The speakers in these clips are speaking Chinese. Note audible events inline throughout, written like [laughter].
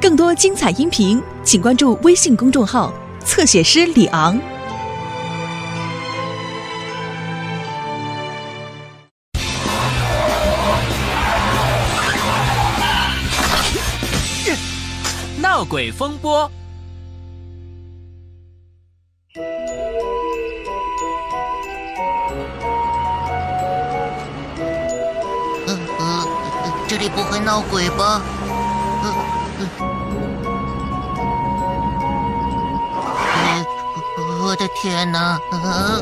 更多精彩音频，请关注微信公众号“侧写师李昂闹鬼风波。呃呃，这里不会闹鬼吧？呃呃，呃我的天哪！呃啊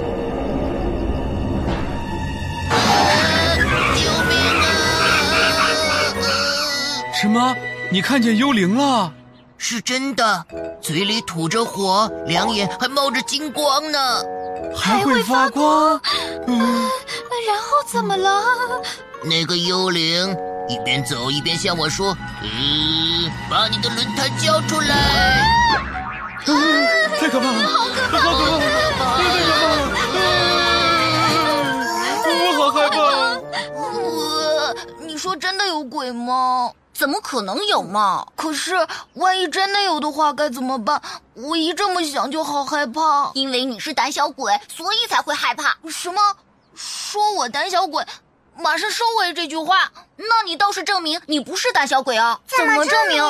救命啊！呃什么？你看见幽灵了？是真的，嘴里吐着火，两眼还冒着金光呢。还会发光？嗯，然后怎么了？那个幽灵一边走一边向我说：“嗯，把你的轮胎交出来。”太可怕了！好可怕！好可怕！太可怕了！嗯我好害怕。呃，你说真的有鬼吗？怎么可能有嘛？可是万一真的有的话该怎么办？我一这么想就好害怕。因为你是胆小鬼，所以才会害怕。什么？说我胆小鬼？马上收回这句话。那你倒是证明你不是胆小鬼啊？怎么证明？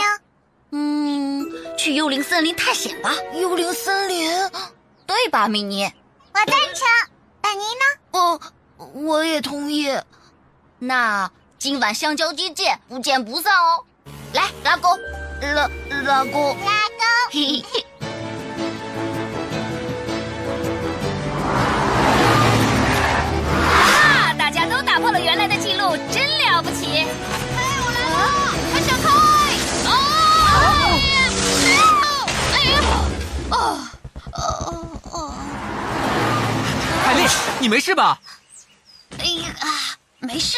嗯，去幽灵森林探险吧。幽灵森林，对吧，米妮？我赞成。本尼呢？哦，我也同意。那今晚香蕉街见，不见不散哦！来，拉钩，拉拉钩，拉钩，嘿嘿嘿。啊！大家都打破了原来的记录，真了不起！哎快闪开！哦！哎呦！哦海丽，你没事吧？哎呀，啊没事。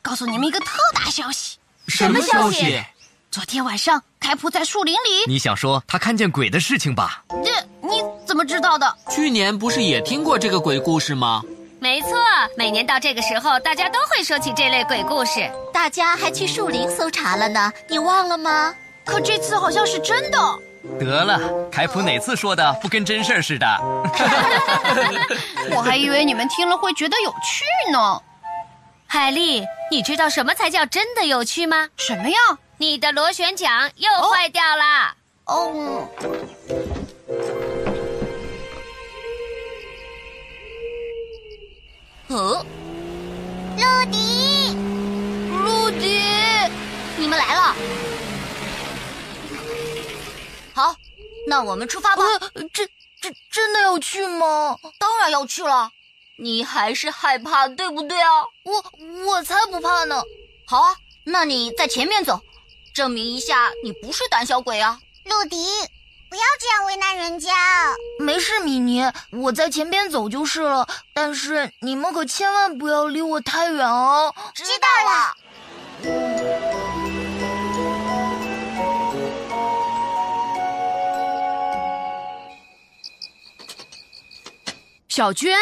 告诉你们一个特大消息，什么消息？昨天晚上开普在树林里。你想说他看见鬼的事情吧？这你怎么知道的？去年不是也听过这个鬼故事吗？没错，每年到这个时候，大家都会说起这类鬼故事。大家还去树林搜查了呢，你忘了吗？可这次好像是真的。得了，凯普哪次说的不跟真事儿似的？ [laughs] 我还以为你们听了会觉得有趣呢。海丽，你知道什么才叫真的有趣吗？什么呀？你的螺旋桨又坏掉了。哦，哦，陆迪，陆迪，你们来了。好，那我们出发吧。这这真的要去吗？当然要去了。你还是害怕对不对啊？我我才不怕呢。好啊，那你在前面走，证明一下你不是胆小鬼啊。陆迪，不要这样为难人家。没事，米妮，我在前边走就是了。但是你们可千万不要离我太远哦。知道了。小娟，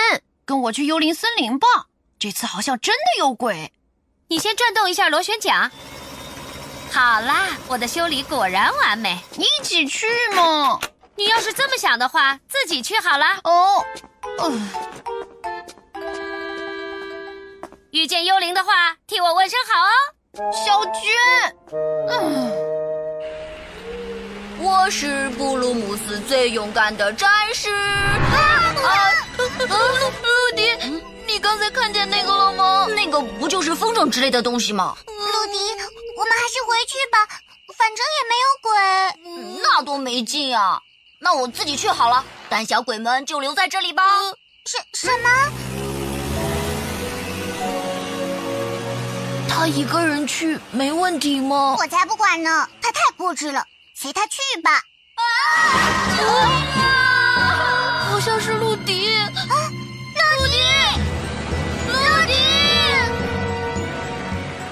跟我去幽灵森林吧，这次好像真的有鬼。你先转动一下螺旋桨。好啦，我的修理果然完美。一起去嘛？你要是这么想的话，自己去好啦。哦，呃，遇见幽灵的话，替我问声好哦。小娟，我是布鲁姆斯最勇敢的战士。啊陆迪，你刚才看见那个了吗？那个不就是风筝之类的东西吗？陆迪，我们还是回去吧，反正也没有鬼。嗯那多没劲啊！那我自己去好了，胆小鬼们就留在这里吧。什什么？他一个人去没问题吗？我才不管呢！他太固执了，随他去吧。好像是陆迪。陆迪，陆迪，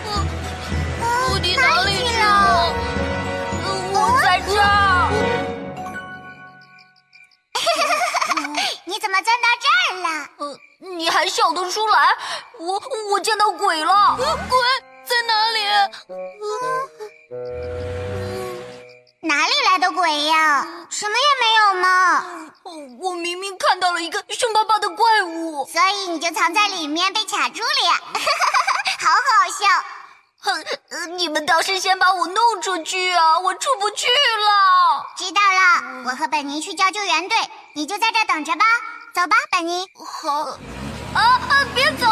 陆迪哪里去了？我在这儿。你怎么钻到这儿了？你还笑得出来？我我见到鬼了！鬼在哪里？哪里来的鬼呀？什么也没有嘛！哦我明明看到了一个凶巴巴的怪物，所以你就藏在里面被卡住了呀， [laughs] 好好笑。哼，呃你们倒是先把我弄出去啊！我出不去了。知道了，我和本尼去叫救援队，你就在这等着吧。走吧，本尼。哦好，啊啊！别走，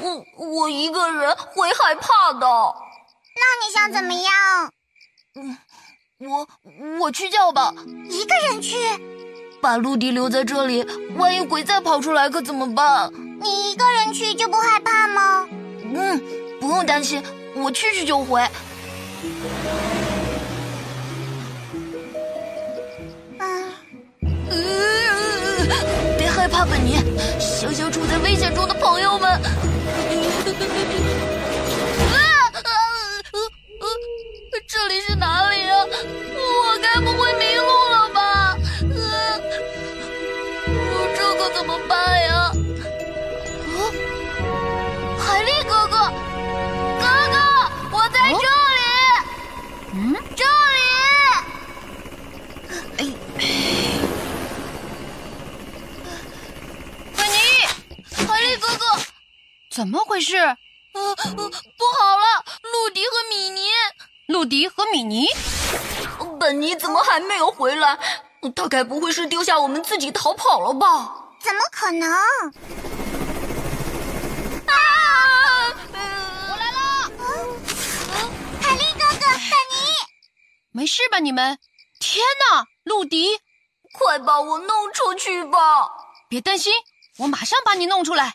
我我一个人会害怕的。那你想怎么样？我我去叫吧，一个人去？把陆迪留在这里，万一鬼再跑出来可怎么办？你一个人去就不害怕吗？嗯，不用担心，我去去就回。啊嗯呃别害怕，本尼，想想处在危险中的朋友们。啊啊呃呃这里是哪里啊？我该不会迷路了吧？呃，我这可怎么办呀？啊，海力哥哥，哥哥，我在这里，嗯，这里。哎本尼，海力哥哥，怎么回事？呃，呃不好了，陆迪和米妮，陆迪和米妮，本尼怎么还没有回来？他该不会是丢下我们自己逃跑了吧？怎么可能？啊呃我来了，海力啊哥哥，本没事吧你们？天哪，陆迪，快把我弄出去吧！别担心，我马上把你弄出来。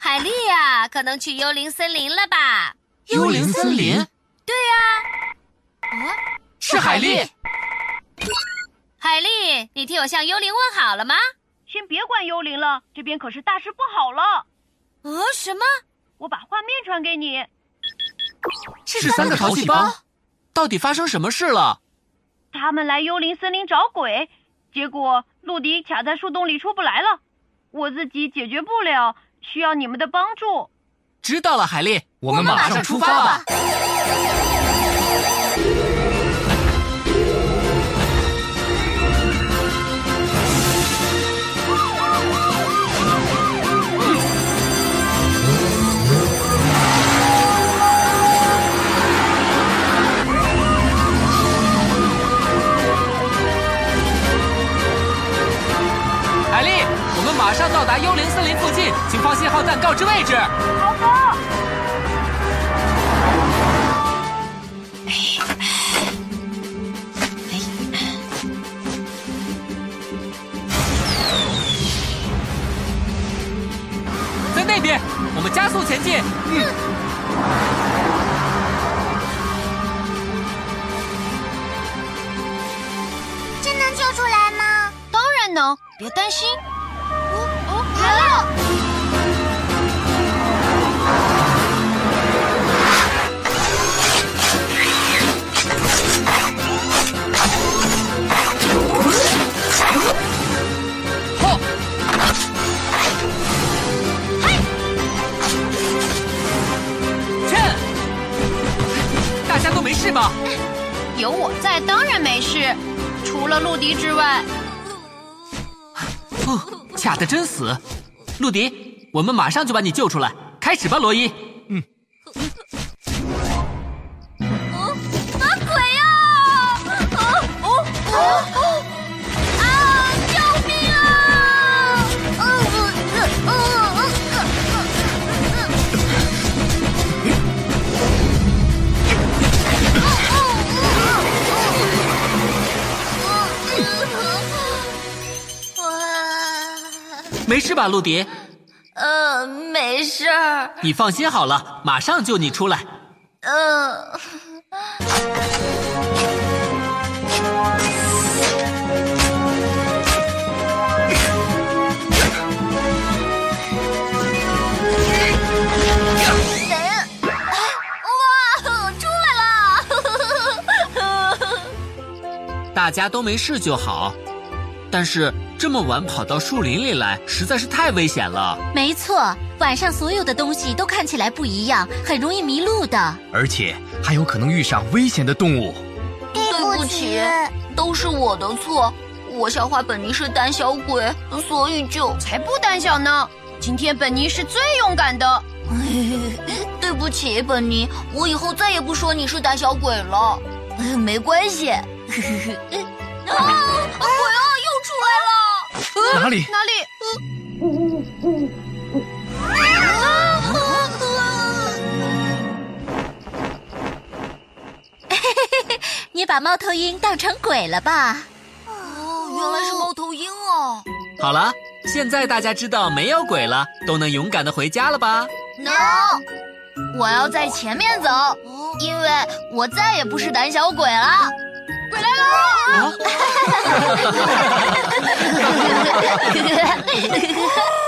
海丽呀、可能去幽灵森林了吧？幽灵森林对呀、是海丽。海丽，你替我向幽灵问好了吗？先别管幽灵了，这边可是大事不好了。哦，什么？我把画面传给你。是三个淘气帮，到底发生什么事了？他们来幽灵森林找鬼，结果陆迪卡在树洞里出不来了，我自己解决不了，需要你们的帮助。知道了，海丽，我们马上出发吧。海丽，我们马上到达幽灵森林附近，请发信号弹告知位置。在那边，我们加速前进。尼真能救出来吗？当然能，别担心。哦切，大家都没事吧？有我在，当然没事。除了陆迪之外，哦，卡的真死。陆迪，我们马上就把你救出来，开始吧，罗伊。啊鬼呀、啊！哦哦哦！啊！救命啊！呃呃呃呃呃没事吧，陆迪？呃，没事儿。你放心好了，马上救你出来。嗯、呃。大家都没事就好。但是这么晚跑到树林里来，实在是太危险了。 [laughs] 没错，晚上所有的东西都看起来不一样，很容易迷路的。而且还有可能遇上危险的动物。对不起，都是我的错。我想画本尼是胆小鬼，所以就才不胆小呢。今天本尼是最勇敢的。对不起，本尼，我以后再也不说你是胆小鬼了。 [laughs] 没关系。 [laughs] 啊！鬼啊，又出来了！哪里？呃哪里？ [laughs] 你把猫头鹰当成鬼了吧？哦，原来是猫头鹰啊！好了，现在大家知道没有鬼了，都能勇敢的回家了吧？No，我要在前面走，因为我再也不是胆小鬼了。鬼 [laughs] 来了！啊